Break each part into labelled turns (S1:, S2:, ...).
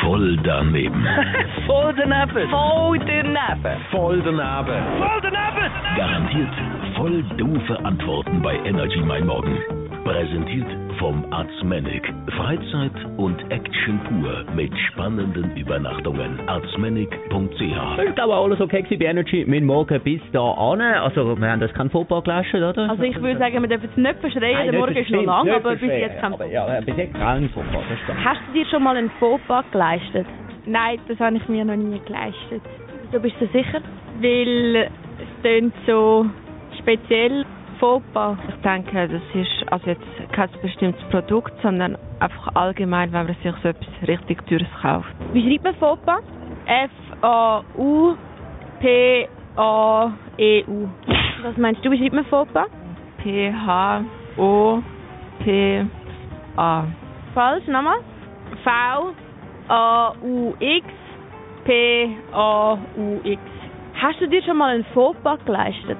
S1: Voll daneben.
S2: Voll daneben.
S3: Voll daneben.
S2: Voll daneben.
S3: Voll daneben.
S1: Garantiert voll doofe Antworten bei Energy Mein Morgen. Präsentiert vom Arzmenig. Freizeit und Action pur mit spannenden Übernachtungen. Arzmenig.ch
S4: Ist aber alles okay gewesen bei Energy. Mein Morgen bis da an. Also, wir haben das kein Fauxpas gelassen, oder?
S5: Also ich würde sagen, wir dürfen es nicht verschreien,
S4: Nein,
S5: der
S4: nicht,
S5: Morgen
S4: das
S5: ist noch
S4: stimmt,
S5: lang,
S4: nicht
S5: aber bis
S4: verschreien.
S5: jetzt kein
S4: Aber
S5: Fauxpas.
S4: Ja, bis jetzt kein Fauxpas, das stimmt.
S5: Hast du dir schon mal einen Fauxpas geleistet?
S6: Nein, das habe ich mir noch nie geleistet.
S5: Du bist dir sicher?
S6: Weil es tönt so speziell. Fauxpas.
S7: Ich denke, das ist also jetzt kein bestimmtes Produkt, sondern einfach allgemein, wenn man sich so etwas richtig Teures kauft.
S6: Wie schreibt man Fauxpas? F-A-U-P-A-E-U.
S5: Was meinst du, wie schreibt man Fauxpas?
S7: P-H-O-P-A.
S6: Falsch, nochmal. V-A-U-X-P-A-U-X.
S5: Hast du dir schon mal einen Fauxpas geleistet?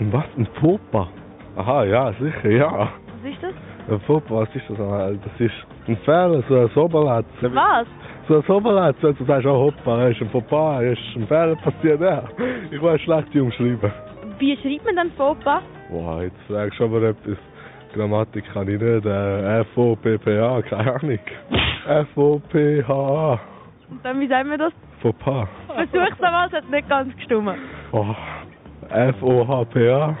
S8: Um Was? Ein Fauxpas? Aha, ja, sicher, ja.
S5: Was ist das?
S8: Ein Fauxpas, was ist das? nochmal? Das ist ein Fehler, so ein Oberletz.
S5: Was?
S8: So ein Oberletz, wenn du sagst, oh hoppa, ist ein Fauxpas, ist ein Fehler passiert, ja. Ich weiß schlecht die umschreiben.
S5: Wie schreibt man denn Fauxpas?
S8: Wow, jetzt fragst du aber etwas. Grammatik kann ich nicht. Äh, F-O-P-P-A, keine Ahnung. F-O-P-H-A.
S5: Und dann, wie sagen wir das?
S8: Fauxpas.
S5: Versuch's nochmal, es hat nicht ganz gestummt.
S8: Oh. F-O-H-P-A.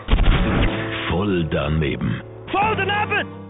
S1: Voll daneben.
S3: Voll daneben.